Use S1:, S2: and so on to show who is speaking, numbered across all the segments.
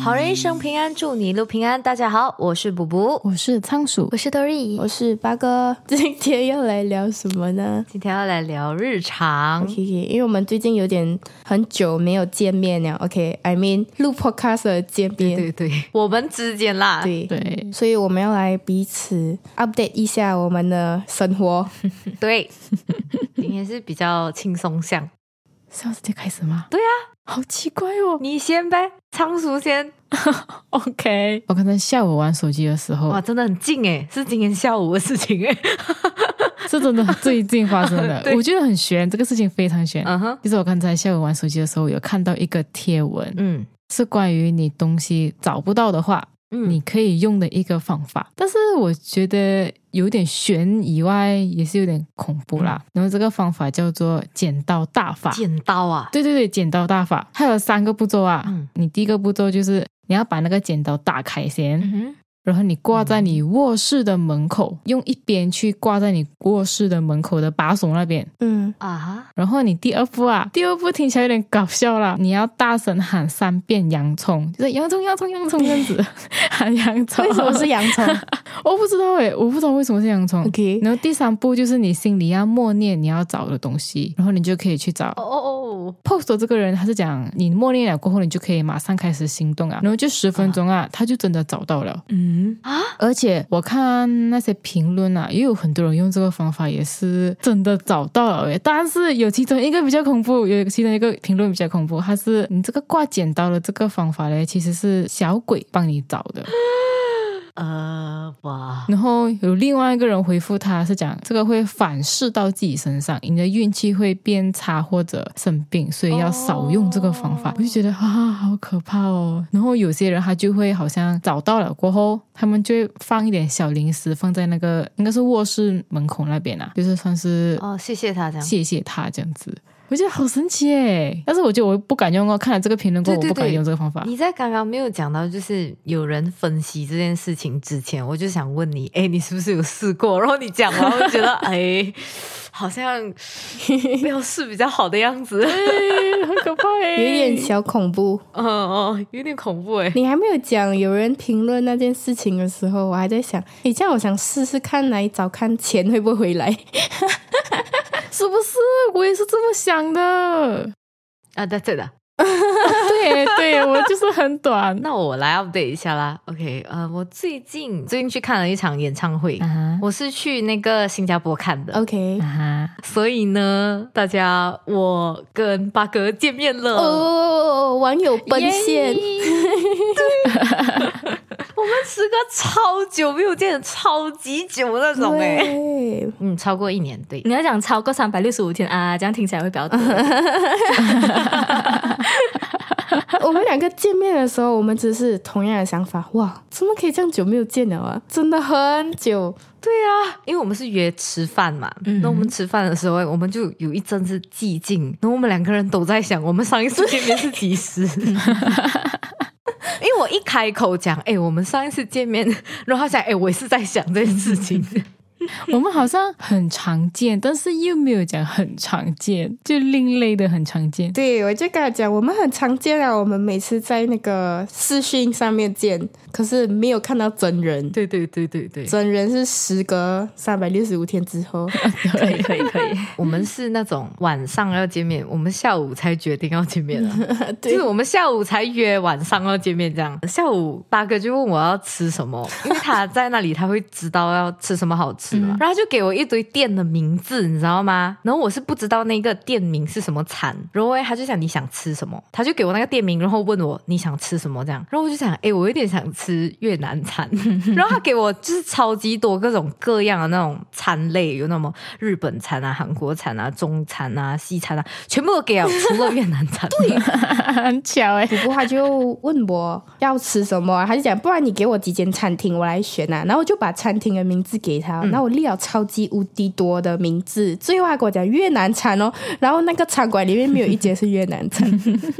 S1: 好人一生平安，祝你一路平安。大家好，我是补补，
S2: 我是仓鼠，
S3: 我是多瑞，
S2: 我是八哥。今天要来聊什么呢
S1: 今天要来聊日常。
S2: ？OK，因为我们最近有点很久没有见面了。OK，I、mean 录 podcast 的见面，
S1: 对对， 我们之间啦，
S2: 对
S4: 对，
S2: 所以我们要来彼此 update 一下我们的生 活。
S1: 对，今天是比较轻松向，
S4: 是要直接开始吗？
S1: 对
S4: 啊，好奇怪哦。
S1: 你先呗，仓鼠先。
S4: OK，我刚才下午玩手机的时候
S1: 哇，，真的很近哎，是今天下午的事情哎。
S4: 这真的最近发生的
S1: 对，
S4: 我觉得很悬，这个事情非常悬。
S1: 嗯哼，
S4: 就是我刚才下午玩手机的时候，有看到一个贴文，
S1: 嗯
S4: 是关于你东西找不到的话，
S1: 嗯，
S4: 你可以用的一个方法。但是我觉得有点悬以外，也是有点恐怖啦。然后这个方法叫做剪刀大法，
S1: 剪刀啊，
S4: 对对对，剪刀大法，它有三个步骤啊。
S1: 嗯
S4: 你第一个步骤就是你要把那个剪刀打开先，
S1: 嗯
S4: 然后你挂在你卧室的门口，用一边去挂在你卧室的门口的把手那边。
S2: 嗯，
S1: 哼啊哈，
S4: 然后你第二步啊，第二步听起来有点搞笑啦，你要大声喊三遍洋葱，就是洋葱洋葱洋葱这样 子喊洋葱。
S2: 为什么是？洋葱
S4: 我不知道诶，我不知道为什么是洋葱。
S2: ？OK，
S4: 然后第三步就是你心里要默念你要找的东西，然后你就可以去找。
S1: 哦哦
S4: post 的这个人，他是讲你默念了过后，你就可以马上开始行动啊，然后就十分钟啊，他就真的找到了。
S2: 嗯，
S1: 哦啊，
S4: 而且我看那些评论啊，也有很多人用这个方法，也是真的找到了耶。但是有其中一个比较恐怖，有其中一个评论比较恐怖，它是你这个挂剪刀的这个方法嘞，其实是小鬼帮你找的。
S1: 呃哇，
S4: 然后有另外一个人回复他是讲这个会反噬到自己身上，你的运气会变差或者生病，所以要少用这个方法。
S1: 哦
S4: 我就觉得啊，好可怕哦。然后有些人他就会好像找到了过后，他们就会放一点小零食放在那个应该是卧室门口那边啊，就是算是
S1: 哦，谢谢他这样。
S4: 谢谢他这样子。我觉得好神奇诶，但是我觉得我不敢用哦。看了这个评论过后，
S1: 对对
S4: 我不敢
S1: 对
S4: 用这个方法。
S1: 你在刚刚没有讲到，就是有人分析这件事情之前，我就想问你，哎， 你是不是有试过？然后你讲完，我就觉 得，哎，好像不要试比较好的样子。
S4: 哎很可怕
S2: 有
S4: 诶，
S2: 一点小恐怖。
S1: 嗯哦，有点恐怖哎。
S2: 你还没有讲有人评论那件事情的时候，我还在想，你这样我想试试看来找看钱会不会回 来。
S4: 是不是？我也是这么想的。
S1: 啊，对对的，
S4: 对对，我就是很短。
S1: 那我来 update 一下啦。OK，呃，我最近最近去看了一场演唱会。
S4: 啊
S1: 我是去那个新加坡看的
S2: OK，
S4: 哈啊
S1: 所以呢，大家我跟八哥见面了。
S2: 哦，网友奔现。
S1: 我们时隔超久没有见，超级久那种哎、
S2: 对，
S1: 嗯，超过一年，对，
S3: 你要讲超过三百六十五天啊，这样听起来会比较多。
S2: 我们两个见面的时候，我们只是同样的想法。哇，怎么可以这样久没有见了啊？真的很久。
S1: 对啊，嗯因为我们是约吃饭嘛，那、我们吃饭的时候，我们就有一阵是寂静，然后我们两个人都在想，我们上一次见面是几 时？因为我一开口讲，哎、我们上一次见面， 然后他讲，哎、我也是在想这件事 情，
S4: 我们好像很常见，但是又没有讲很常见，就另类的很常见。
S2: 对，我就跟他讲，我们很常见啊，我们每次在那个视讯上面见，可是没有看到真人。
S1: 对对对对对，
S2: 真人是时隔三百六十五天之后，
S3: 可以可以可以，
S1: 我们是那种晚上要见面，我们下午才决定要见面的。啊就
S2: 对
S1: 是我们下午才约，晚上要见面这样。下午八哥就问我要吃什么，因为他在那里他会知道要吃什么好吃嘛，然后他就给我一堆店的名字，你知道吗？然后我是不知道那个店名是什么餐，然后他就想你想吃什么，他就给我那个店名，然后问我你想吃什么这样，然后我就想，诶，我有点想吃越南餐， 然后他给我就是超级多各种各样的那种餐类，有那么日本餐啊、韩国餐啊、中餐啊、西餐啊，全部都给了，除了越南餐。对。
S4: 很巧哎、
S2: 不过他就问我要吃什么啊，他就讲，不然你给我几间餐厅，我来选啊。然后我就把餐厅的名字给他，然后我列了超级无敌多的名字，最后他给我讲越南餐哦，然后那个餐馆里面没有一间是越南餐，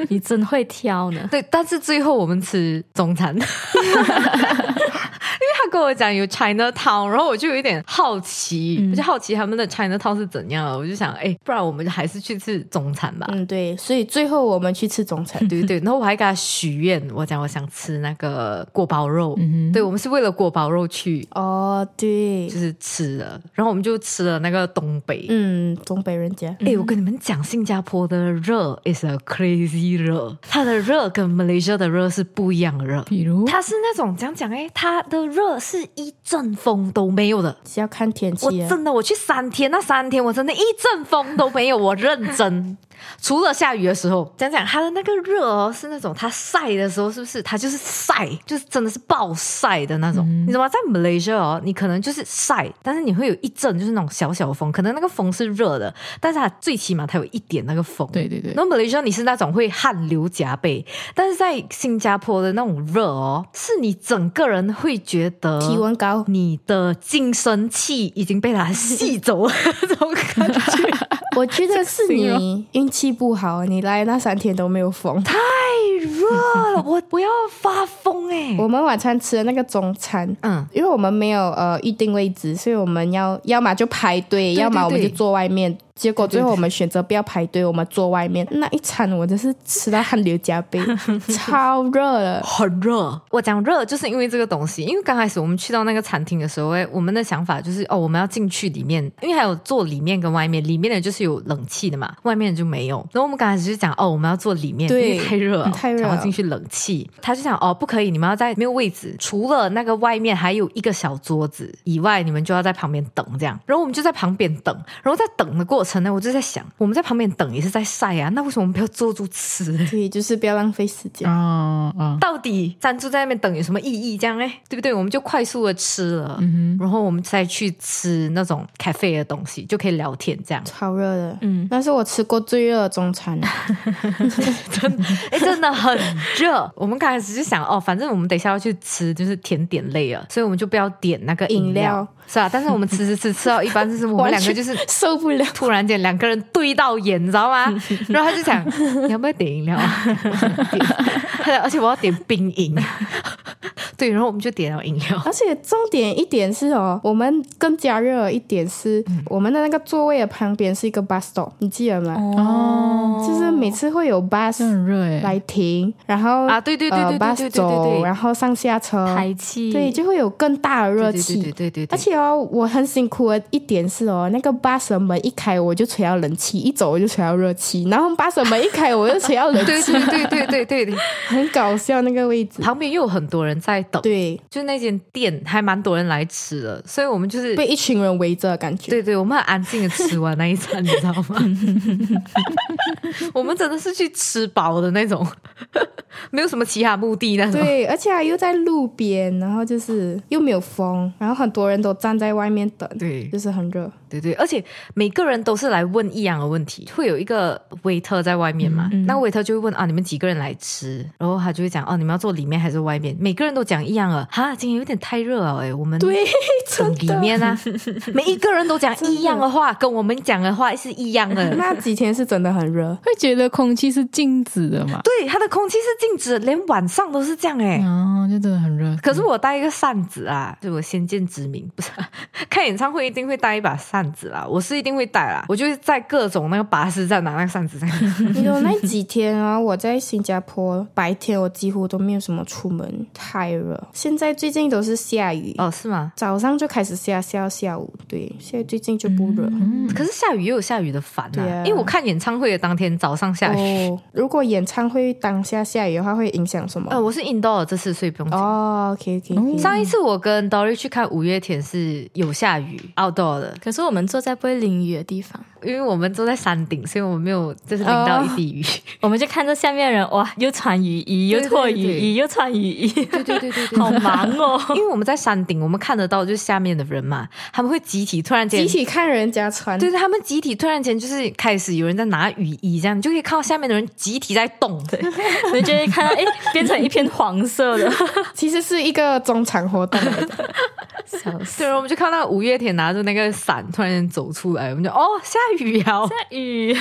S3: 你 真会挑呢。
S1: 对，但是最后我们吃中餐，他跟我讲有 China Town，然后我就有一点好奇，
S2: 嗯
S1: 我就好奇他们的 China Town 是怎样的，我就想，哎，不然我们就还是去吃中餐吧。
S2: 嗯，对，所以最后我们去吃 中餐，
S1: 对对，然后我还给他许愿，我讲我想吃那个锅包肉，
S2: 嗯
S1: 对我们是为了锅包肉去，
S2: 哦，对
S1: 就，是吃的，然后我们就吃了那个东北。哎、
S2: 嗯，东北人家，
S1: 我跟你们讲，新加坡的热 is a crazy 热，它的热跟 Malaysia 的热是不一样的热。
S4: 比如
S1: 它是那种讲讲哎，它的热是一阵风都没有的。
S2: 是要看天
S1: 我
S2: 气啊。
S1: 真的，我去三天，那三天我真的一阵风都没有，我认真。 除了下雨的时候，讲讲它的那个热哦，是那种它晒的时候，是不是？它就是晒，就是真的是暴晒的那种。你知道吗？在 Malaysia 哦，你可能就是晒，但是你会有一阵就是那种小小风，可能那个风是热的，但是它最起码它有一点那个风。
S4: 对对对，
S1: 那 Malaysia 你是那种会汗流浃背，但是在新加坡的那种热哦，是你整个人会觉得
S2: 体温高
S1: 你的精神气已经被它吸走了这种感觉。
S2: 我觉得是
S4: 形
S2: 你运气不好，你来那三天都没有 风。
S1: 太热了，我我要发疯哎、
S2: 我们晚餐吃的那个中餐，
S1: 嗯，
S2: 因为我们没有呃预定位置，所以我们要要么就排队，
S1: 对
S2: 要么我们
S1: 对
S2: 就坐外面。结果最后我们选择不要排队，我们坐外面。那一餐我真是吃到汗流浃 背，超热了。
S1: 很热，我讲热就是因为这个东西。因为刚开始我们去到那个餐厅的时候，哎，我们的想法就是哦，我们要进去里面，因为还有坐里面跟外面，里面的就是有冷气的嘛，外面就没有。然后我们刚开始就讲哦，我们要坐里面，因为
S2: 对
S1: 太热了，
S2: 太热
S1: 然后进去冷气。他就讲哦，不可以，你们要在没有位置，除了那个外面还有一个小桌子以外，你们就要在旁边等这样。然后我们就在旁边等，然后在等的过程呢，我就在想，我们在旁边等也是在晒啊，那为什么我们不要坐住吃？呢？
S2: 所以就是不要浪费时间。
S4: 啊啊，
S1: 到底站住在那边等有什么意义？这样哎，对不对？我们就快速的吃了，
S2: 嗯
S1: 然后我们再去吃那种 cafe 的东西，就可以聊天这样。
S2: 超热的，嗯，那是我吃过最热的中餐了。
S1: 哎，真的很热。我们刚开始就想哦，反正我们等一下要去吃就是甜点类了，所以我们就不要点那个饮
S2: 饮料
S1: 是啊。但是我们吃吃吃吃到一般就是 我们
S2: 完
S1: 两个
S2: 全
S1: 就是。
S2: 受不了。
S1: 突然间，两个人对到眼，你知道吗？然后他就 讲：“你要不要点饮料啊？” 他讲：“而且我要点冰饮。” 对，然后我们就点了饮料。
S2: 而且重点一点是哦，我们更加热的一点是，
S1: 嗯
S2: 我们的那个座位的旁边是一个 bus stop，你记得吗？
S4: 哦，
S2: 就是每次会有 bus
S4: 很热哎，
S2: 来停，然后
S1: 嗯啊对对对
S2: 呃
S1: 对对对
S2: bus
S1: 对对对
S2: 走，
S1: 对
S2: 然后上下车，
S3: 排气，
S2: 对，就会有更大的热
S1: 对对对
S2: 气。
S1: 对对对
S2: 而。且哦，我很辛苦的一点是哦，那个 bus 的门一开我就吹到冷气，一走我就吹到热气，然后 bus 的门一开我就吹到冷
S1: 对
S2: 气，
S1: 对对对对对对，
S2: 很搞笑那个位置。
S1: 旁边又有很多人在等，
S2: 对，
S1: 就那间店还蛮多人来吃的，所以我们就是
S2: 被一群人围着的感觉。
S1: 对对，我们很安静的吃完那一餐，你知道吗？ 我们真的是去吃饱的那种， 没有什么其他目的那种。
S2: 对，而且还啊又在路边，然后就是又没有风，然后很多人都站在外面等，
S1: 对
S2: 就是很热。
S1: 对对，而且每个人都是来问一样的问题，会有一个 waiter 在外面
S2: 嗯
S1: 嘛，那 waiter 就会问啊，你们几个人来吃？然后他就会讲哦、你们要坐里面还是外面？每个人都讲一样的，哈，今天有点太热了，哎，我们
S2: 对，
S1: 整里面啊，每一个人都讲一样的话，跟我们讲的话是一样的。
S2: 那几天是真的很 热。
S4: 会觉得空气是静止的嘛？
S1: 对，它的空气是静止的，连晚上都是这样哎、
S2: 嗯
S4: 啊，就真的很热。
S1: 可是我带一个扇子啊，就我先见之明，不是 啊、看演唱会一定会带一把扇子啦，我是一定会带啦。我就是在各种那个巴士站拿那个扇子在拿，
S2: 你懂那几天啊？我在新加坡白天我几乎都没有什么出门，太热。现在最近都是下雨，
S1: 哦，是吗？
S2: 早上就开始下，下到下午。对，现在最近就不热。
S3: 嗯
S4: 嗯
S1: 可是下雨也有下雨的烦啊，
S2: 对啊
S1: 因为我看演唱会的当天早上下雨。
S2: 哦，如果演唱会当下下雨的话，会影响什
S1: 呃，
S2: 么？
S1: 我是 indoor 这次，所以不用紧
S2: 哦，OK OK，,
S1: 上一次我跟 Dory 去看五月天是有下雨 outdoor 的，
S3: 可是我们坐在不会淋雨的地方，
S1: 因为我们坐在山顶，所以我们没有就是淋到一滴雨。
S3: 我们就看着下面人，哇，又穿雨衣，又
S1: 对对
S3: 脱
S1: 对
S3: 雨
S1: 对
S3: 衣，又穿雨衣，
S1: 对对对对
S3: 好 忙哦。
S1: 因为我们在山顶，我们看得到就是下面的人嘛，他们会集体突然间
S2: 集。体看人家穿。
S1: 对对，他们集体突 然间就是开始有人在拿雨衣，这样你就可以看到下面的人集体在动。
S3: 你觉对，看到哎变成一片黄色的，
S2: 其实是一个中场活动来啊 的。
S3: 笑死！
S1: 对，然后我们就看到五月天拿着那个伞突然间走出来，我们就哦下雨呀、
S3: 下雨，
S1: 因为它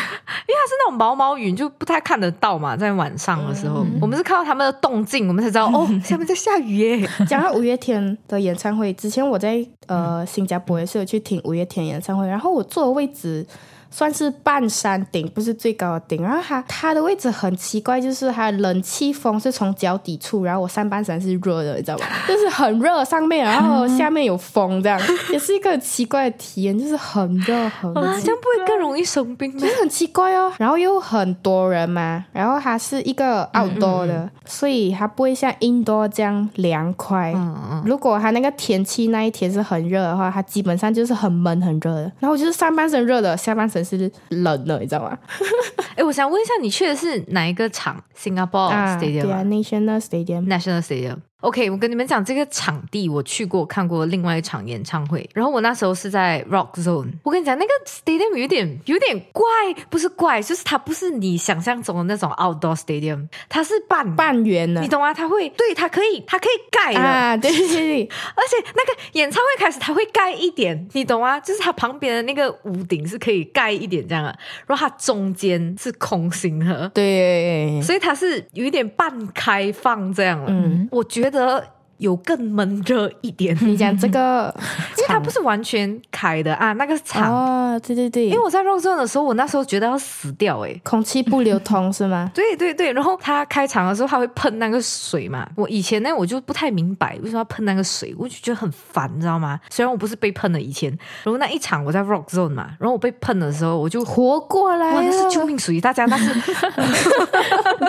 S1: 是那种毛毛云，就不太看得到嘛，在晚上的时候，
S2: 嗯
S1: 我们是看到他们的动静，我们才知道哦，下面在下雨 耶。
S2: 讲到五月天的演唱会，之前我在呃
S3: 嗯
S2: 新加坡也是有去听五月天演唱会，然后我坐的位置算是半山顶，不是最高的顶。然后它它的位置很奇怪，就是它的冷气风是从脚底处，然后我上半身是热的，你知道吗？
S3: 嗯
S2: 就是很热上面，然 后下面有风，这样也是一个很奇怪的体验，就是很热很
S3: 哦
S2: 热。
S1: 啊这样不会更容易生病吗
S2: 就？是很奇怪哦，然后又很多人嘛，然后它是一
S1: 嗯
S2: 个 outdoor 的，所以它不会像 indoor 这样凉快。
S1: 嗯
S2: 如果它那个天气那一天是很热的话，它基本上就是很闷很热的。然后我就是上半身热的，下半身是冷的，你知道吗？
S1: 嗯，哎，我想问一下，你去的是哪一个场？Singapore
S2: 对
S1: 哦 Stadium 吗
S2: 啊，National Stadium。
S1: National Stadium。OK，我跟你们讲，这个场地我去过，看过另外一场演唱会。然后我那时候是在 Rock Zone。我跟你讲，那个 Stadium 有点有点怪，不是怪，就是它不是你想象中的那种 Outdoor Stadium，它是半，
S2: 半圆的
S1: 你懂吗？它会对，它可以，它可以盖的。
S2: 啊，对对对，
S1: 而且那个演唱会开始，它会盖一点，你懂吗？就是它旁边的那个屋顶是可以盖一点这样的，然后它中间是空心的，
S2: 对，
S1: 所以它是有一点半开放这样。嗯，我觉得有更闷热一点，因
S2: 你讲这个
S1: 为它不是完全开的啊，那个场。
S2: 哦，对对对，
S1: 因为我在 Rock Zone 的时候，我那时候觉得要死掉诶、欸
S2: 空气不流通是吗？
S1: 对对对，然后他开场的时候他会喷那个水嘛，我以前呢我就不太明白为什么要喷那个水，我就觉得很烦，你知道吗？虽然我不是被喷的以前，然后那一场我在 Rock Zone 嘛，然后我被喷的时候 我就哇，
S2: 活过来啊
S1: 那是救
S2: 了，
S1: 命水，大家那是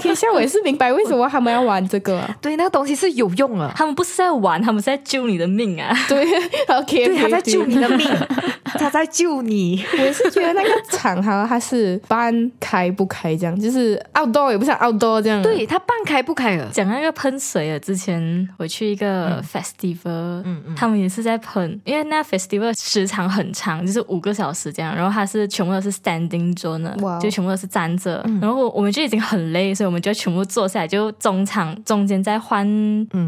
S2: 可以像我也是明白为什么他们要玩这个、啊
S1: 对那个东西是有用了。
S3: 他们不是在玩，他们是在救你的命啊！
S2: 对，OK，
S1: 对，他在救
S2: 你。
S1: 你的命， 他在救你。
S2: 我也是觉得那个场哈，它是半开不开这样，就是 outdoor 也不像 outdoor 这样。啊
S1: 对他半开不开了，
S3: 讲那个喷水啊，之前我去一个 festival，嗯嗯，他们也是在喷，因为那 festival 时长很长，就是五个小时这样，然后它是全部都是 standing zone，的
S2: 哇哦
S3: 就全部都是站着，然后我们就已经很累，所以我们就全部坐下来，就中场中间在换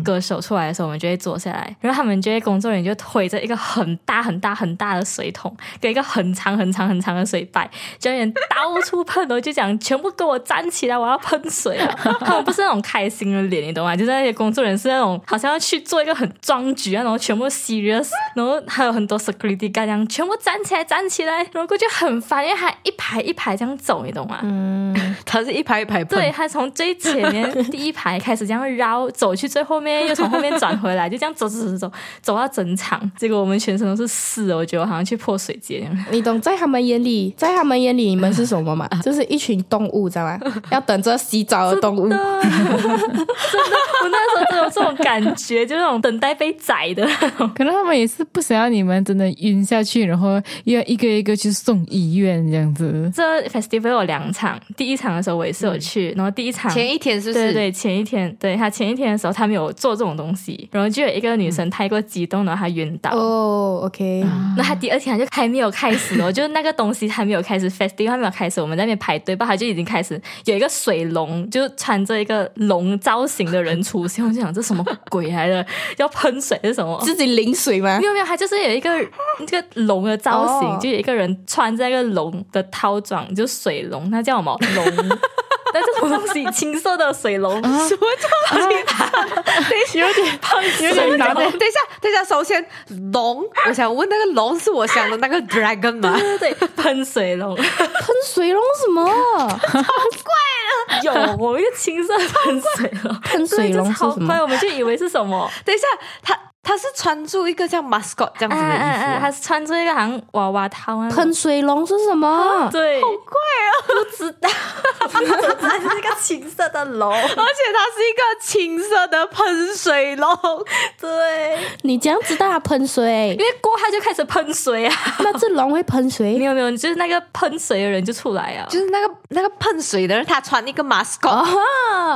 S3: 歌手出来的时候，我们就会坐下来，然后他们就会工作人员就推着一个很大很大很大的水桶跟一个很长很长很长的水摆，就有点到处喷，然后就讲全部给我站起来，我要喷水了。 他们不是那种开心的脸，你懂吗？就是那些工作人员是那种好像要去做一个很壮举啊，然后全部 serious，然后还有很多 security guard 这样全部站起来站起来，然后过去很烦，因为他一排一排这样走，你懂吗？
S1: 他是一排一排喷。
S3: 对，他从最前面第一排开始这样绕走去最后面，又从后面转回来，就这样走走走走走到整场。结果我们全身都是湿的，我觉得我好像去泼水节一样。
S2: 你懂，在他们眼里，在他们眼里，你们是什么 嘛？就是一群动物，知道 吗？要等着洗澡的动物。
S3: 我那时候真的有这种感觉，就那种等待被宰 的。
S4: 可能他们也是不想要你们真的晕下去，然后又要一个一个去送医院这样子。
S3: 这 festival 有两场，第一场的时候我也是有去，然后第一场
S1: 前一天是不
S3: 对
S1: 是？
S3: 对，前一天，对他前一天的时候，他们有做这种东西，然后就有一个女生太过激动，然后她晕倒。
S2: 哦、o k
S3: 那他第二天就还没有开始哦，就是那个东西还没有开始，festival 还没有开始，我们在那边排队吧，他就已经开始有一个水龙，就是穿着一个龙造型的人出现，我就想这什么鬼来的，要喷水是什么？
S2: 自己淋水吗
S3: 没？有没有，他就是有一个那个龙的造型
S2: 哦
S3: 就有一个人穿着那个龙的套装，就水龙，那叫什么 龙？但这种东西，青色的水龙，
S1: 什么叫你？
S2: 啊有点胖，有点
S1: 等
S2: 难
S1: 一下，等一下，等一下，首先龙，我想问那个龙是我想的那个 dragon 吗？
S3: 对对对，喷水龙，
S2: 喷水龙什 么？
S3: 有我们一个青色喷水龙，
S2: 喷水龙
S3: 对就是超
S2: 什么
S3: 快，？我们就以为是什么。
S1: 等一下，他他是穿住一个像 mascot 这样
S3: 啊
S1: 子的衣服、
S3: 啊
S1: 啊
S3: 啊！他是穿着一个好像娃娃套啊，
S2: 喷水龙是什么？
S3: 对，好贵啊！不知道，总之就是一个青色的龙，
S1: 而且它是一个青色的喷水龙，
S3: 对，
S2: 你这样知道它喷水
S3: 因？为过后他就开始喷水啊，
S2: 那只龙会喷
S3: 没
S2: 水？
S3: 有没有，就是那个喷水的人就出来啊，
S1: 就是那个那个喷水的人，他穿一个 mascot，、，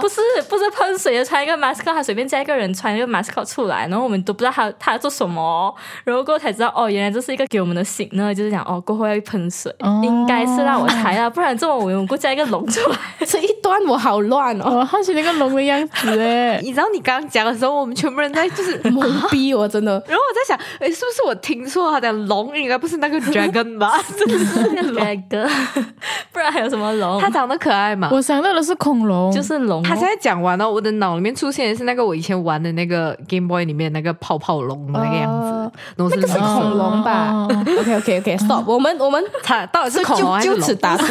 S3: 不是不是喷水的，穿一个 mask，他随便加一个人穿一个 mask 出来，然后我们都不知道他他做什么，然后过后才知道哦，原来这是一个给我们的醒呢，就是讲哦过后要喷水，
S4: 哦
S3: 应该是让我猜啊，不然这么无缘无故加一个龙出
S2: 这一段我好乱哦，
S4: 我好奇那个龙的样子哎
S1: 你知道你刚刚讲的时候，我们全部人 在就是，然
S2: 懵逼我真的。
S1: 后我在想，哎，是不是我听错？他讲龙应该不是那个 dragon 吧？真的 是那个龙，
S3: 那个，不然还有什么龙？
S1: 他长得可爱嘛？
S4: 我想到的是恐龙，
S3: 就是龙哦。
S1: 他现在讲完了，我的脑里面出现的是那个我以前玩的那个 Game Boy 里面那个泡泡龙的那个样
S2: 哦
S1: 子，那是
S2: 那个是
S1: 蓝色的
S2: 恐龙吧
S4: 嗯哦哦
S2: OK OK OK Stop，我们我们
S1: 它到底是
S2: 就
S1: 恐龙还是
S2: 就此
S1: 龙？
S2: 打住。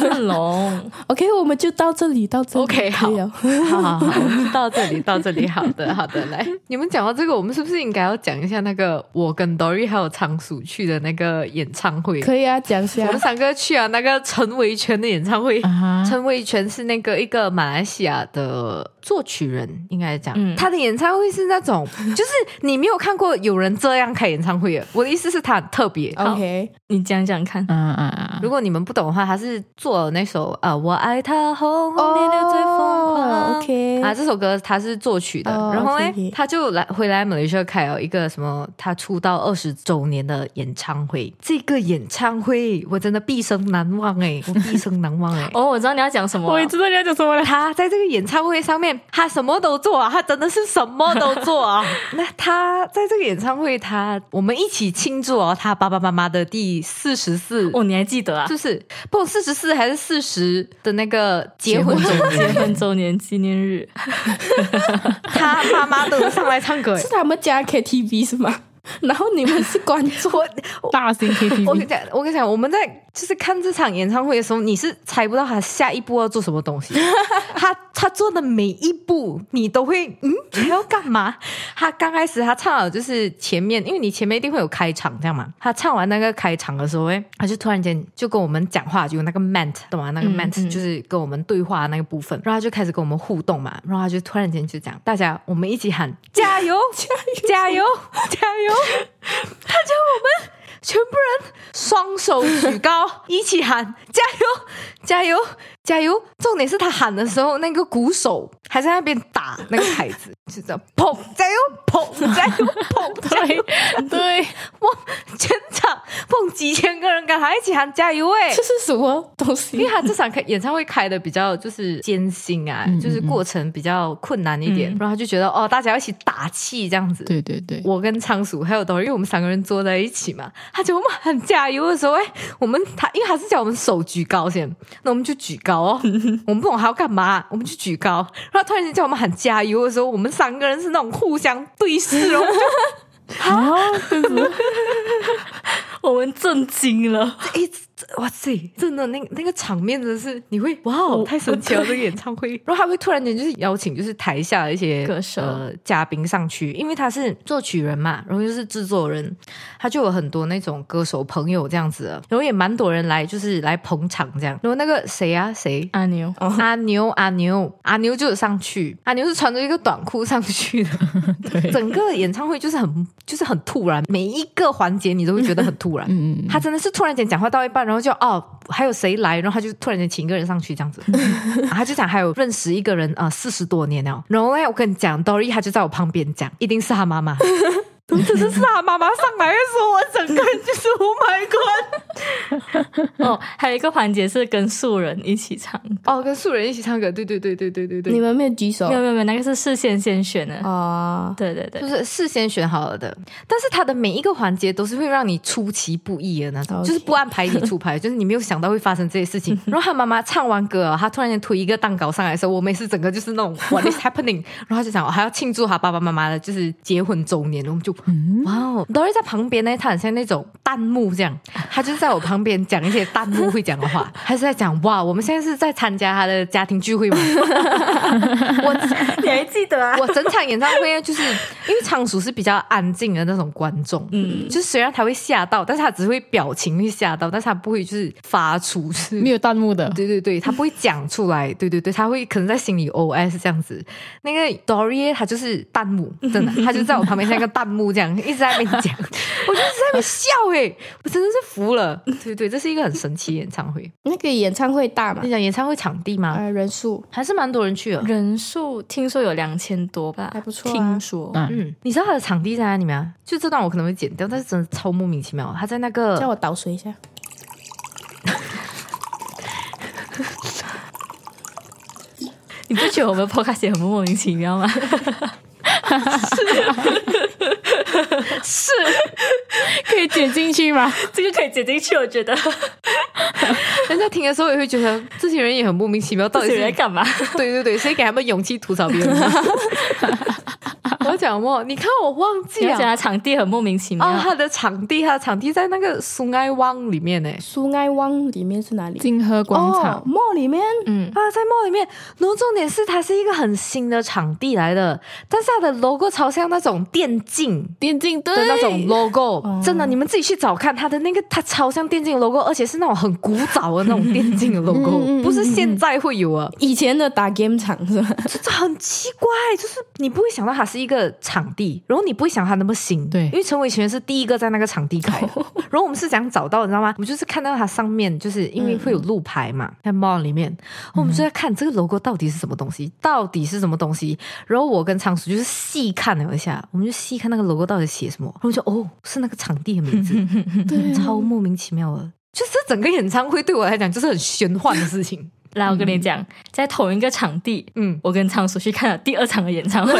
S3: 是龙，
S2: OK，我们就到这里，到这里
S1: OK，
S2: 可以了
S1: 好好好，我们到这里，到这里，好的，好的，来，你们讲到这个，我们是不是应该要讲一下那个我跟 Dory 还有仓鼠去的那个演唱会？
S2: 可以啊，讲一下
S1: 我们三个去啊，那个陈维权的演唱会。
S4: 啊哈，
S1: 陈维权是那个一个马来西亚的作曲人，应该讲、
S3: 嗯
S1: 他的演唱会是那种，就是你没有看过有人这样开演唱会的。我的意思是，他很特别。
S2: OK，
S3: 你讲讲看。
S4: 啊啊啊
S1: 如！果你们不懂的话，他是做了那首啊，我爱他红红烈烈最疯狂。
S2: OK
S1: 啊，这首歌他是作曲的，
S2: 哦
S1: 然后呢
S2: OK，OK
S1: 他就来回来马来西亚开了一个什么他出道二十周年的演唱会。这个演唱会我真的毕生难忘哎、我 毕生难忘哎、
S3: 哦，我知道你要讲什么
S4: 我也
S2: 哎
S3: 了。
S4: 知道你要讲什么了。
S1: 他在这个演唱会上面，他什么都做啊，他真的是什么都做啊。 那他在这个演唱会，他我们一起庆祝哦，他爸爸妈妈的第四十四，
S3: 哦，你还记得啊
S1: 就？是不四十四还是四十的那个结婚周
S3: 结
S1: 年，
S3: 婚周年纪念日，
S1: 他妈妈都上来唱 歌。哎
S2: 是他们家 KTV 是吗？ 然后你们是观众，
S1: 我
S4: 大 型
S1: 我跟你
S4: KTV，
S1: 讲，我跟你讲，我们在就是看这场演唱会的时候，你是猜不到他下一步要做什么东西。他他做的每一步，你都会嗯，他要干嘛？他刚开始他唱了就是前面，因为你前面一定会有开场这样嘛。他唱完那个开场的时候，哎，他就突然间就跟我们讲话，就有那个 ment 懂吗？那个
S3: 嗯
S1: ment、
S3: 嗯
S1: 就是跟我们对话那个部分，然后他就开始跟我们互动嘛，然后他就突然间就讲，大家我们一起喊加油，加油，加油，他叫我们全部人双手举高，一起喊加油，加油，加油！重点是他喊的时候，那个鼓手还在那边打那个台子，就这样砰，加油，砰，加油，砰，加油！
S4: 对，
S1: 哇，全场砰几千个人跟他一起喊加油哎、
S2: 这是什么东
S1: 因
S2: 西
S1: 为？他这场开演唱会开的比较就是艰辛啊，
S4: 嗯
S1: 就是过程比较困难一点，
S3: 嗯
S1: 然后他就觉得哦，大家要一起打气这样子，
S4: 对对对，
S1: 我跟仓鼠还有导游，因为我们三个人坐在一起嘛，他就我们喊加油的时候，哎，我们他因为他是叫我们手举高先，那我们就举高哦，我们不懂还要干嘛，我们就举高，然后突然间叫我们喊加油的时候，我们三个人是那种互相对视哦，
S4: 啊，这是
S3: 我们震惊了。
S1: 哎，这这哇塞，真的那个那个场面真的是你会哇哦，太神奇了这个演唱 会。然后他会突然间就是邀请就是台下的一些
S3: 歌手
S1: 呃、嘉宾上去，因为他是作曲人嘛，然后又是制作人，他就有很多那种歌手朋友这样子的，然后也蛮多人来就是来捧场这样。然后那个谁啊谁。
S3: 阿牛，
S1: 阿牛，阿牛，阿牛就有上去，阿牛是穿着一个短裤上去的。
S4: 对，
S1: 整个演唱会就是很，就是很突然，每一个环节你都会觉得很突然。
S4: 嗯，
S1: 他真的是突然间讲话到一半，然后就哦，还有谁来？然后他就突然间请一个人上去这 样子，啊他就讲还有认识一个人啊，四、0十多年了。然后呢，我跟你讲，Dory 他就在我旁边讲，一定是他 妈妈。真的是他妈妈上来的时候，我整个人就是 Oh my God！
S3: 哦，还有一个环节是跟素人一起唱，
S1: 哦，跟素人一起唱歌，对对对对对对
S2: 你
S1: 对，
S2: 们没有举手
S3: 没有没有没有，那个是事先先选的。
S2: 啊？
S3: 对对对
S1: 就，是事先选好了的。但是他的每一个环节都是会让你出其不意的那种，
S2: OK
S1: 就是不按牌理出牌，就是你没有想到会发生这些事情。然后他妈妈唱完歌啊，他突然间推一个蛋糕上来的时候，我每次整个就是那种 What is happening？然后他就讲我还要庆祝他爸爸妈妈的就是结婚周年，我们就哇哦，Dory 在旁边呢，他很像那种弹幕这样，他就在我旁边讲一些弹幕会讲的话，他是在讲哇，我们现在是在参加他的家庭聚会吗？我
S3: 你还记得啊？
S1: 我整场演唱会就是因为仓鼠是比较安静的那种观众，嗯，就是虽然他会吓到，但是他只会表情会吓到，但是他不会就是发出就是
S4: 没有弹幕的，
S1: 对对对，他不会讲出来，对对对，他会可能在心里 OS 这样子。那个 Dory 他就是弹幕，真的，他就在我旁边像一个弹幕这样，一直在那边 讲，我就一直在那边笑哎、我真的是服了。对对，这是一个很神奇的演唱会。
S2: 那个演唱会大嘛
S1: 你？讲演唱会场地
S4: 嗯
S1: 吗？
S2: 呃，人数
S1: 还是蛮多人去的。
S3: 人数听说有两千多吧，
S2: 还不错啊
S3: 听说
S4: 啊
S1: 嗯，你知道他的场地在哪里吗？就这段我可能会剪掉，但是真的超莫名其妙。他在那 个
S2: 叫我倒水一下。
S3: 你不觉得我们 podcast 也很莫名其妙吗？
S1: 是
S4: 可以剪进去吗？
S3: 这个可以剪进去，我觉 得
S1: 人家听的时候也会觉得这些人也很莫名其妙，到
S3: 这
S1: 底
S3: 些
S1: 是
S3: 人在干嘛？
S1: 对对对，所以给他们勇气吐槽别人。 我要讲什你看我忘记
S3: 你会觉
S1: 了
S3: 得场地很莫名其 妙。
S1: 哦，他的场地，他的场地在那个苏埃湾里面呢，
S2: 苏埃汪里面是哪里？
S4: 金河广场
S2: 哦，mall 里面，
S3: 嗯，
S1: 啊，在梦里面。然后重点是它是一个很新的场地来的，但是它的 logo 超像那种电竞。
S4: 电竞队
S1: 的那种 logo，真的，你们自己去找看它的那个，它超像电竞 logo，而且是那种很古早的那种电竞的 logo，不是现在会有啊，
S2: 以前的打 game 场是吧？
S1: 这很奇怪，就是你不会想到它是一个场地，然后你不会想它那么新，
S4: 对
S1: 因为陈伟权是第一个在那个场地开的，然后我们是想找到，你知道吗？我们就是看到它上面，就是因为会有路牌嘛，在 mall 里面，然后我们就在看这个 logo 到底是什么东西，到底是什么东西。然后我跟仓鼠就是细看了一下，我们就细看那个 logo 到底写什么，然后就哦，是那个场地的名字，
S2: 对
S1: 超莫名其妙的。就是整个演唱会对我来讲就是很玄幻的事情，
S3: 来，我跟你讲，在同一个场地，
S1: 嗯，
S3: 我跟仓鼠去看了第二场的演唱会。哎，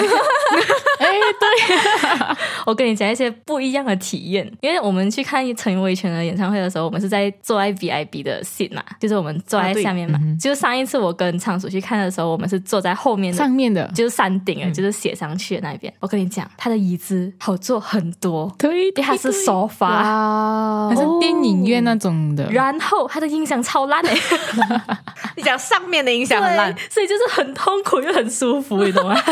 S3: 对， 我跟你讲一些不一样的体验，因为我们去看陈维权的演唱会的时候，我们是在坐在 VIP 的 seat 嘛，就是我们坐在
S1: 啊对
S3: 下面嘛。就是上一次我跟仓鼠去看的时候，我们是坐在后面的
S4: 上面的，
S3: 就是山顶啊，就是写上去的那边。我跟你讲，它的椅子好坐很多，
S4: 对，
S3: 因为它是沙发。
S2: 哇
S4: 还，是电影院那种的，
S3: 然后它的音响超烂哎、欸，
S1: 你讲上面的影响很烂
S3: 对，，所以就是很痛苦又很舒服，你懂吗？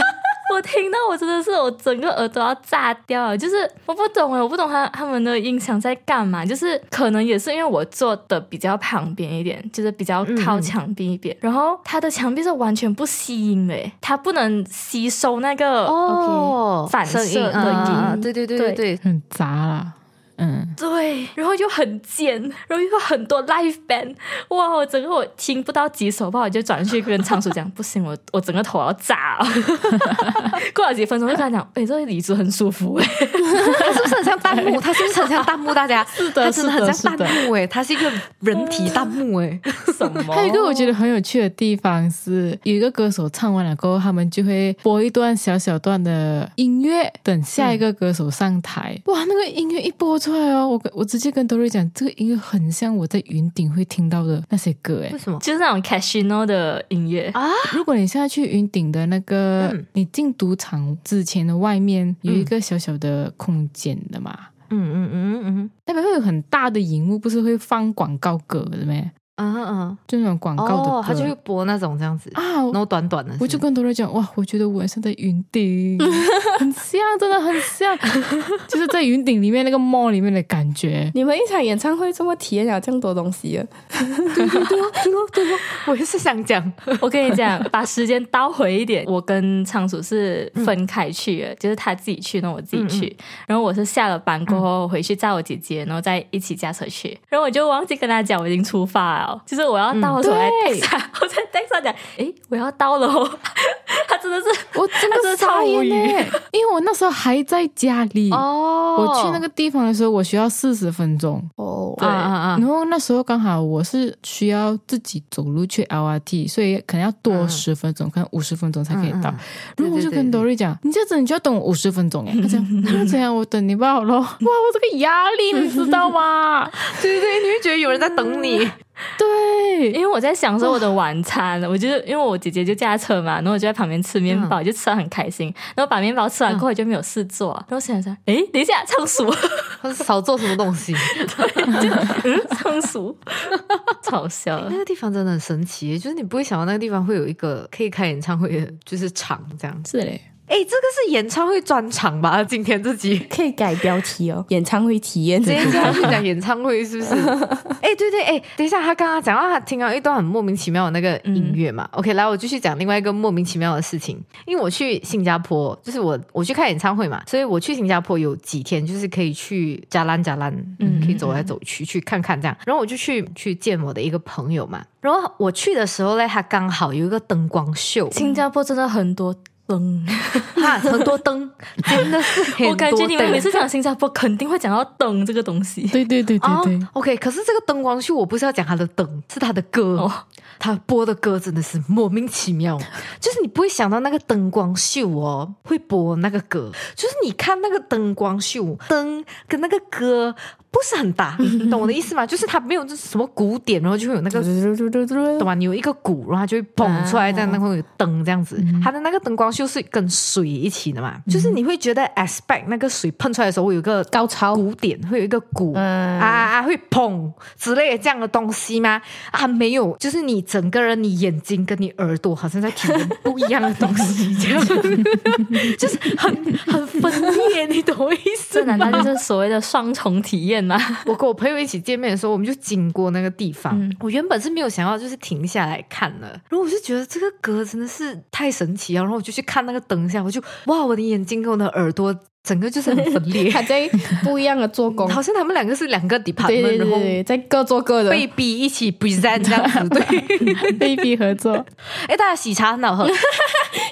S3: 我听到我真的是我整个耳朵要炸掉了，就是我不懂哎，我不懂他他们的音响在干嘛，就是可能也是因为我坐的比较旁边一点，就是比较靠墙壁一点，然后它的墙壁是完全不吸音的欸，它不能吸收那个
S1: 哦，
S3: 反
S1: 声
S3: 射的
S1: 啊啊啊
S3: 音
S1: 对对对
S3: 对
S1: 对对，
S4: 很杂啦，嗯，
S3: 对，然后又很尖，然后又有很多 live band，哇！我整个我听不到几首吧，我就转去跟仓鼠讲，不行，我我整个头要炸了。过了几分钟，就跟他讲，哎、这个椅子很舒服哎、
S1: 它是不是很像弹幕？它是不是很像弹幕？大家是
S4: 的
S1: 它真的
S4: 是的
S1: 很
S4: 是
S1: 像
S4: 的
S1: 弹幕哎，它是一个人体弹幕哎，
S3: 什么？
S4: 还有一个我觉得很有趣的地方是，有一个歌手唱完了过后，他们就会播一段小小段的音乐，等下一个歌手上台。
S1: 嗯
S4: 哇，那个音乐一播出来哦，我跟我直接跟 Dory 讲，这个音乐很像我在云顶会听到的那些歌诶
S1: 为。什么？
S3: 就是那种 casino 的音乐，
S4: 如果你现在去云顶的那个，
S1: 嗯
S4: 你进赌场之前的外面有一个小小的空间的嘛。
S1: 嗯嗯嗯嗯
S4: 那边会有很大的荧幕，不是会放广告歌的咩？
S1: 嗯嗯
S4: 就那种广
S1: 嗯，
S4: 告的歌。
S1: 哦，它就会播那种这样子，
S4: 啊，
S1: 然后短短的是，
S4: 我就跟多瑞讲，哇，我觉得我像在云顶，很像，真的很像， 就是在云顶里面那个 mall 里面的感觉。
S2: 你们一场演唱会这么体验了这么多东西啊了，
S1: 啊我也是想 讲，
S3: 我跟你讲，把时间倒回一点，我跟仓鼠是分开去的，就是他自己去，然后我自己去。
S4: 嗯
S3: 然后我是下了班过后回去载我姐姐，然后再一起驾车去。然后我就忘记跟他讲我已经出发了，就是我要到的时候来带
S4: 嗯对
S3: 上，我在带上讲，诶，我要到了哦。 他真的是，
S4: 我真
S3: 真的
S4: 的
S3: 超
S4: 傻眼
S3: 无语
S4: 嘞，因为我那时候还在家里。
S1: 哦
S4: 嗯
S3: 嗯
S4: 我去那个地方的时候，我需要四十分钟，
S2: 哦，
S3: 对
S1: 啊啊啊
S4: 然，后那时候刚好我是需要自己走路去 LRT，所以可能要多十分钟，可能五十分钟才可以到。
S1: 嗯
S4: 然后我就
S1: 对对
S4: 跟
S1: 对
S4: Dory 讲，你这样子你就要等我五十分钟哎，他讲 那这样我等你罢了。哇，我这个压力你知道吗？
S1: 对对，你会觉得有人在等你，
S4: 对，
S3: 因为我在享受我的晚餐，我就是因为我姐姐就驾车嘛，然后我就在旁边吃面包，就吃的很开心。然后把面包吃完过后就没有事做，然后想想，诶，等一下，仓鼠。
S1: 他是少做什么东西？
S3: 仓鼠，超笑了
S1: 那。个地方真的很神奇，就是你不会想到那个地方会有一个可以开演唱会的，就是场这样。
S4: 是嘞，
S1: 哎，这个是演唱会专场吧？今天这集。
S2: 可以改标题哦， 演唱会体验
S1: 直。接叫他去讲演唱会是不是？ 哎、对对，哎、等一下，他刚刚讲到他听到一段很莫名其妙的那个音乐嘛。OK，来，我继续讲另外一个莫名其妙的事情。因为我去新加坡，就是我我去看演唱会嘛，所以我去新加坡有几天就是可以去加兰加兰，嗯，可以走来走去去看看这样。然后我就去去见我的一个朋 友嘛。然后我去的时候嘞，他刚好有一个灯光秀，
S3: 新加坡真的很多灯。
S1: 哈，很多灯，真的是很多
S3: 我感觉你们
S1: 灯
S3: 每次讲新加坡，肯定会讲到灯这个东 西。
S4: 对对对对对
S1: 哦、o k 可是这个灯光秀我不是要讲他的灯，是他的歌，
S3: 哦
S1: 他播的歌真的是莫名其妙， 就是你不会想到那个灯光秀哦会播那个歌，就是你看那个灯光秀，灯跟那个歌不是很搭，你懂我的意思吗？就是它没有这什么鼓点，然后就会有那个懂吗？你有一个鼓，然后它就会蹦出来，这样那会有灯这样子。它的那个灯光秀是跟水一起的嘛，就是你会觉得 expect 那个水喷出来的时候会有一个
S2: 高潮
S1: 鼓点，会有一个鼓、
S2: 嗯
S1: 啊啊啊，会砰之类的这样的东西吗？啊，没有，就是你整个人，你眼睛跟你耳朵好像在体验不一样的东西，这样就是很很分裂，你懂我意思
S3: 这难
S1: 吗？
S3: 道就是所谓的双重体验啊吗？
S1: 我跟我朋友一起见面的时候，我们就经过那个地方。
S3: 嗯
S1: 我原本是没有想要就是停下来看的，然后我就觉得这个歌真的是太神奇了，然后我就去看那个灯下，我就哇，我的眼睛跟我的耳朵整个就是很分 裂，
S2: 他在不一样的做工，
S1: 好像他们两个是两个 department，
S2: 对对对
S1: 然后
S2: 对，在各做各的。
S1: 被逼一起 present 这样子。对，
S4: ，baby 合作，
S1: 哎，大家喜茶很好喝，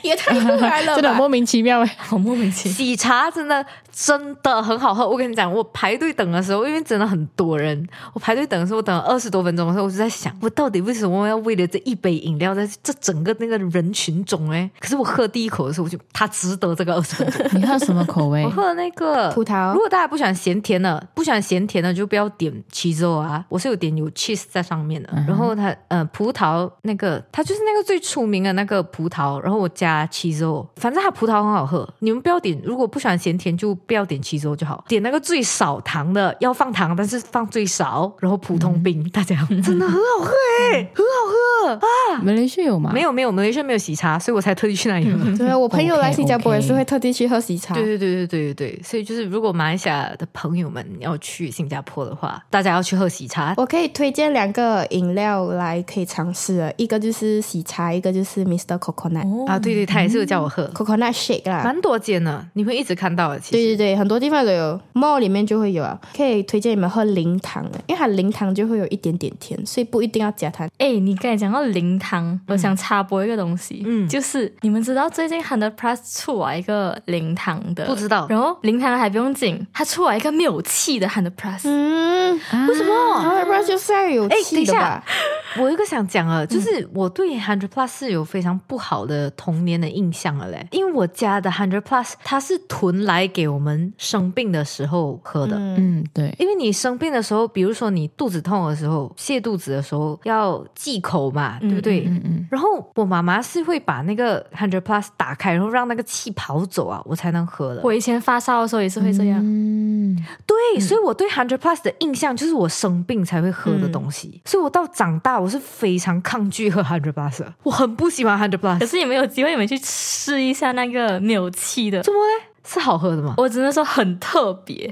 S2: 也太突然了
S4: 真的
S2: 吧！
S4: 莫名其妙哎。
S3: 好莫名其妙。
S1: 喜茶真的真的很好喝。我跟你讲，我排队等的时候，因为真的很多人，我排队等的时候，我等了二十多分钟的时候，我就在想，我到底为什么要为了这一杯饮料，在这整个那个人群中哎？可是我喝第一口的时候，我就它值得这个二十分钟。
S4: 你喝什么口 味
S1: 我喝了那个
S2: 哎葡萄
S1: 如果大家不喜欢咸甜的，不喜欢咸甜的就不要点 cheese 啊。我是有点有 cheese 在上面
S2: 嗯
S1: 的。然后它呃葡萄那个，它就是那个最出名的那个葡萄，然后我加 cheese，反正它葡萄很好喝。你们不要点，如果不喜欢咸甜就不要点 cheese 就好，点那个最少糖的，要放糖但是放最少，然后普
S2: 嗯
S1: 通冰，大 家真的很好喝哎、很好喝啊！
S4: 马来西亚有吗？
S1: 没有没有，马来西亚没有喜茶，所以我才特地去那里喝。
S2: 对啊，我朋友来
S4: OK，OK
S2: 新加坡也是会特地去喝喜茶。
S1: 对对对对对对对，所以就是如果马来西亚的朋友们要去新加坡的话，大家要去喝喜茶。
S2: 我可以推荐两个饮料来可以尝试的，一个就是喜茶，一个就是 Mr. Coconut、
S1: 啊，对对，他也是有叫我喝，
S2: Coconut Shake 啦。
S1: 蛮多间的，你会一直看到的。其
S2: 对
S1: 实，
S2: 对对，很多地方都有，mall 里面就会有啊。可以推荐你们喝零糖的，因为它零糖就会有一点点甜，所以不一定要加糖。
S3: 哎、你刚才讲到零糖，我想插播一个东西，
S1: 嗯
S3: 就是你们知道最近 Hundred Plus 出来一个零糖
S2: 啊
S3: 的，
S1: 不知道
S3: 然后零糖还不用紧，它出来一个没有气的 Hundred Plus，、
S2: 嗯，
S4: 为什么？
S2: 然后不然就是要有
S1: 哎等一
S2: 气的
S1: 下
S2: 吧？嗯
S1: 我有一个想讲啊，就是我对 Hundred Plus 是有非常不好的童年的印象了嘞，因为我家的 Hundred Plus 它是囤来给我们生病的时候喝的。
S2: 嗯，
S4: 嗯，对，
S1: 因为你生病的时候，比如说你肚子痛的时候、泻肚子的时候要忌口嘛，对不对？
S4: 嗯嗯，
S1: 然后我妈妈是会把那个 hundred plus 打开，然后让那个气跑走啊，我才能喝的。
S3: 我以前发烧的时候也是会这样，
S4: 嗯，
S1: 对，所以我对 hundred plus 的印象就是我生病才会喝的东西，所以我到长大我是非常抗拒喝 hundred plus，的我很不喜欢 hundred
S3: 可
S1: plus。
S3: 是也没有机会你们去试一下那个没有气的，
S1: 怎么嘞？是好喝的吗？
S3: 我只能说很特 别，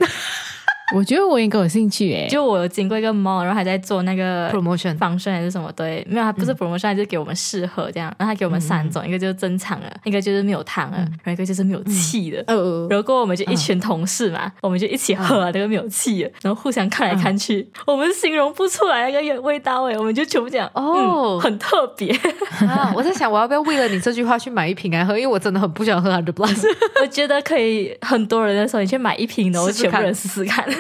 S4: 我觉得我应该有兴趣哎。
S3: 就我有经过一个 mall，然后还在做那个
S1: promotion 嗯
S3: 防身还是什么？对，没有，它不是 promotion，它就是给我们试喝这样。然后它给我们三种，一个就是正常的，一个就是没有糖
S1: 嗯
S3: 的，然后一个就是没有气的。
S2: 呃，
S3: 然后过后我们就一群同事嘛，我们就一起
S1: 嗯
S3: 喝啊那个没有气的，然后互相看来看去，我们形容不出来那个味道哎，我们就全部讲
S1: 哦
S3: 嗯很特 别。
S1: 啊，我在想我要不要为了你这句话去买一瓶来喝，因为我真的很不想喝 hundred plus。
S3: 我觉得可以很多人的时候，你去买一瓶的，然后
S1: 试试看嗯
S3: 全部人试试看。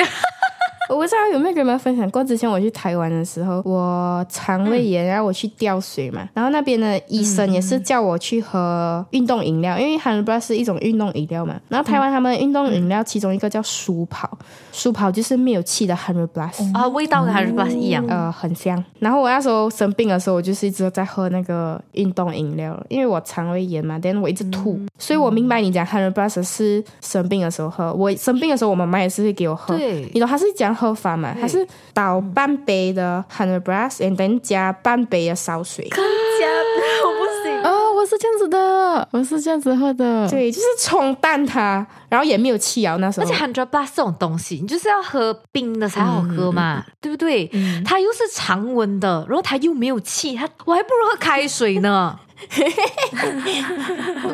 S2: 我不知道有没有跟你们分享过，之前我去台湾的时候，我肠胃炎，然后我去吊水嘛，然后那边的医生也是叫我去喝运动饮料，因为 Hundred Plus 是一种运动饮料嘛。然后台湾他们的运动饮料其中一个叫舒跑，舒跑就是没有气的 Hundred Plus。
S1: 啊，味道跟 hundred plus 一样。
S2: 呃，很香。然后我那时候生病的时候，我就是一直在喝那个运动饮料，因为我肠胃炎嘛，但我一直吐，
S1: 嗯
S2: 所以我明白你讲 Hundred Plus 是生病的时候喝。我生病的时候，我妈妈也是会给我 喝，
S1: 对
S2: 你懂它是这样喝法嘛？它是倒半杯的 Hundred Plus，and then 加半杯的烧水。
S3: 加我不行。
S4: 哦，我是这样子的，我是这样子喝的。
S2: 对，就是冲淡它，然后也没有气啊。那时
S1: 而
S2: 候
S1: 且 hundred plus 这种东西，你就是要喝冰的才好喝嘛，对不对？它又是常温的，然后它又没有气，它我还不如喝开水呢。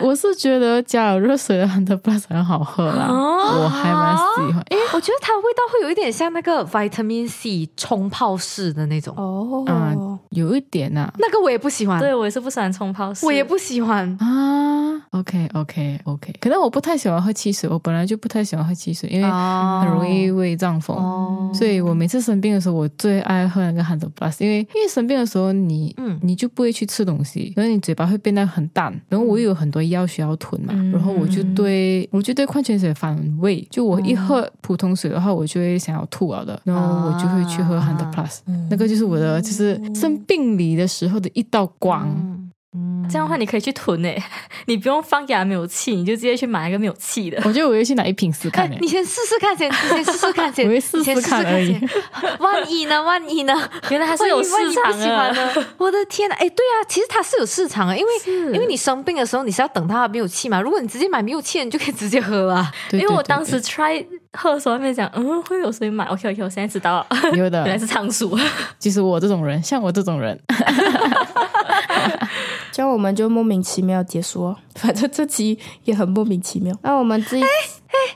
S4: 我是觉得加了热水的 Hunter Plus 很好喝啦，我还蛮喜欢。因为
S1: 我觉得它的味道会有一点像那个 vitamin C 冲泡式的那种，
S2: 哦，
S4: 啊、有一点呐啊
S1: 那个我也不喜欢，
S3: 对我也是不喜欢冲泡式，
S1: 我也不喜欢。
S4: 啊 OK OK OK，可能我不太喜欢喝汽水，我本来就不太喜欢喝汽水，因为
S1: 哦
S4: 很容易胃胀风。
S3: 嗯
S1: 哦，
S4: 所以我每次生病的时候，我最爱喝那个 Hundred Plus，因为因为生病的时候你，
S1: 嗯
S4: 你就不会去吃东西，然后你嘴巴会变得很淡，然后我又有很多药需要吞嘛，
S3: 嗯
S4: 然后我就对我就对矿泉水反胃，就我一喝普通水的话，我就会想要吐了的，然后我就会去喝 Hundred Plus，、那
S3: 啊嗯
S4: 个就是我的就是生病里的时候的一道光。
S1: 嗯嗯
S3: 这样的话，你可以去囤诶、 你不用放牙没有气，你就直接去买一个没有气的。
S4: 我觉得我要去拿一瓶试看、 欸
S1: 哎，你先试试看先，你先试试看先，
S4: 我会试
S1: 你先
S4: 试
S1: 试
S4: 看而已
S1: 先。万一呢？万一呢？
S3: 原来还是有市场
S1: 万一万一不喜
S3: 的。
S1: 欢呢我的天啊，哎，对啊，其实它是有市场啊，因为因为你生病的时候你是要等它没有气嘛。如果你直接买没有气的，你就可以直接喝啊了。
S4: 对
S3: 因为我
S4: 对对
S3: 当时 try 喝的时候，那边讲，嗯，会有谁买？OK OK，我现在知道了，
S4: 对有
S3: 原来
S4: 的，
S3: 是仓鼠。
S4: 就是我这种人，像我这种人，
S2: 这样我们就莫名其妙结束哦。反正这期也很莫名其妙。那我们自
S1: 哎
S2: 己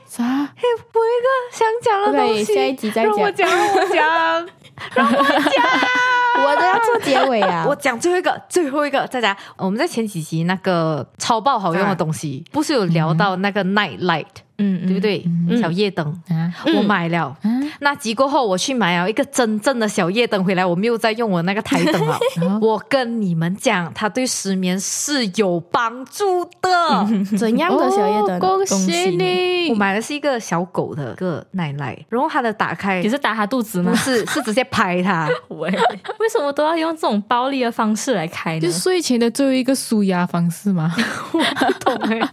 S4: 啥？
S3: 啊
S1: 嘿，我有一个想讲的东
S2: OK，
S1: 西，
S2: 下一集再
S1: 让我讲，让我讲。
S2: 我都要做结尾啊！
S1: 我讲最后一个，最后一个，大家，我们在前几集那个超爆好用的东西，不是有聊到那个 night light，、
S3: 嗯，
S1: 对不？对？小夜灯，
S4: 啊
S1: 我买了。
S4: 嗯
S1: 那集过后，我去买了一个真正的小夜灯回来，我没有再用我那个台灯 了。我跟你们讲，它对失眠是有帮助的。
S2: 怎样的小夜灯？
S4: 恭
S3: 恭喜
S4: 喜你！
S1: 嗯我买的是一个小狗的一个奶奶，然后它的打开
S3: 也是打他肚子吗
S1: 不？是是直接拍它。
S3: 喂，为什么都要用这种暴力的方式来开呢
S4: 就？睡前的最后一个舒压方式嘛。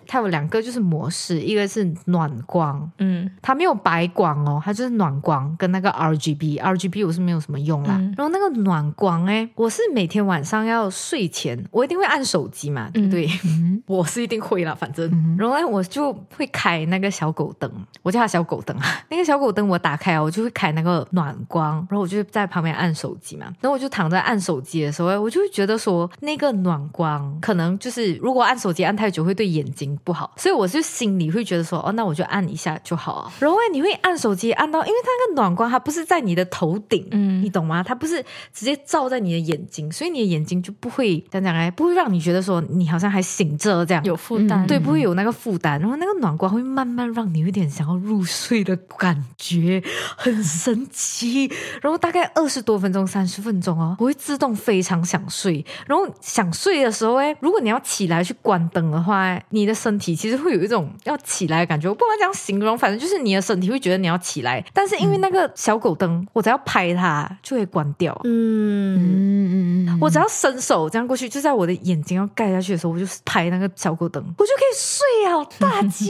S1: 它有两个就是模式，一个是暖光，
S3: 嗯，
S1: 它没有白光哦，它就是暖光跟那个 RGB，RGB 我是没有什么用啦。
S3: 嗯
S1: 然后那个暖光哎，我是每天晚上要睡前，我一定会按手机嘛，对不对？ 我是一定会啦，反正。然后呢，我就会开那个小狗灯，我叫它小狗灯啊。 那个小狗灯我打开啊，我就会开那个暖光，然后我就在旁边按手机嘛。然后我就躺在按手机的时候哎，我就会觉得说那个暖光可能就是如果按手机按太久会对眼睛不好，所以我就心里会觉得说哦，那我就按一下就好啊。然后哎你会按手机按到，因为它那个暖光它不是在你的头顶，
S3: 嗯
S1: 你懂吗？它不是直接照在你的眼睛，所以你的眼睛就不会怎样讲哎，不会让你觉得说你好像还醒着这样。
S3: 有负担。
S1: 嗯对，不会有那个负担，然后那个暖光会慢慢让你有一点想要入睡的感觉，很神奇。然后大概二十多分钟、三十分钟哦，我会自动非常想睡。然后想睡的时候，哎，如果你要起来去关灯的话，哎你的身体其实会有一种要起来的感觉。我不管怎样形容，反正就是你的身体会觉得你要起来，但是因为那个小狗灯，我只要拍它就会关掉。
S2: 嗯，
S4: 嗯嗯嗯，
S1: 我只要伸手这样过去，就在我的眼睛要盖下去的时候，我就拍那个小狗灯，我就可以睡啊，大 家。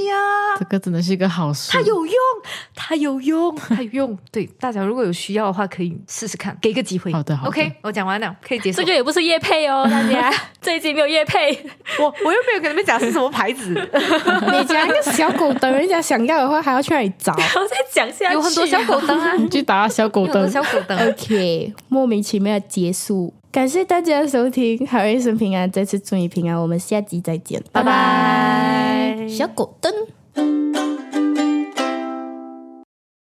S4: 这个真的是一个好事。
S1: 它有用，它有用，它有用。对大家如果有需要的话，可以试试看，给一个机会。
S4: 好的好的
S1: OK，我讲完了，可以结束。
S3: 这个也不是叶配哦，大家这一集没有叶配。
S1: 我我又没有跟你们讲是什么牌子，
S2: 你讲一个小狗灯，人家想要的话还要去哪里找
S3: 然后再讲下 去，
S1: 有很多小狗灯 啊，
S4: 你去打小狗
S1: 有很多
S4: 灯，
S1: 小狗灯。
S2: ？OK，莫名其妙结束。感谢大家的收听，好人一生平安，再次祝你平安，我们下集再见，拜
S1: 拜。
S2: 小狗灯。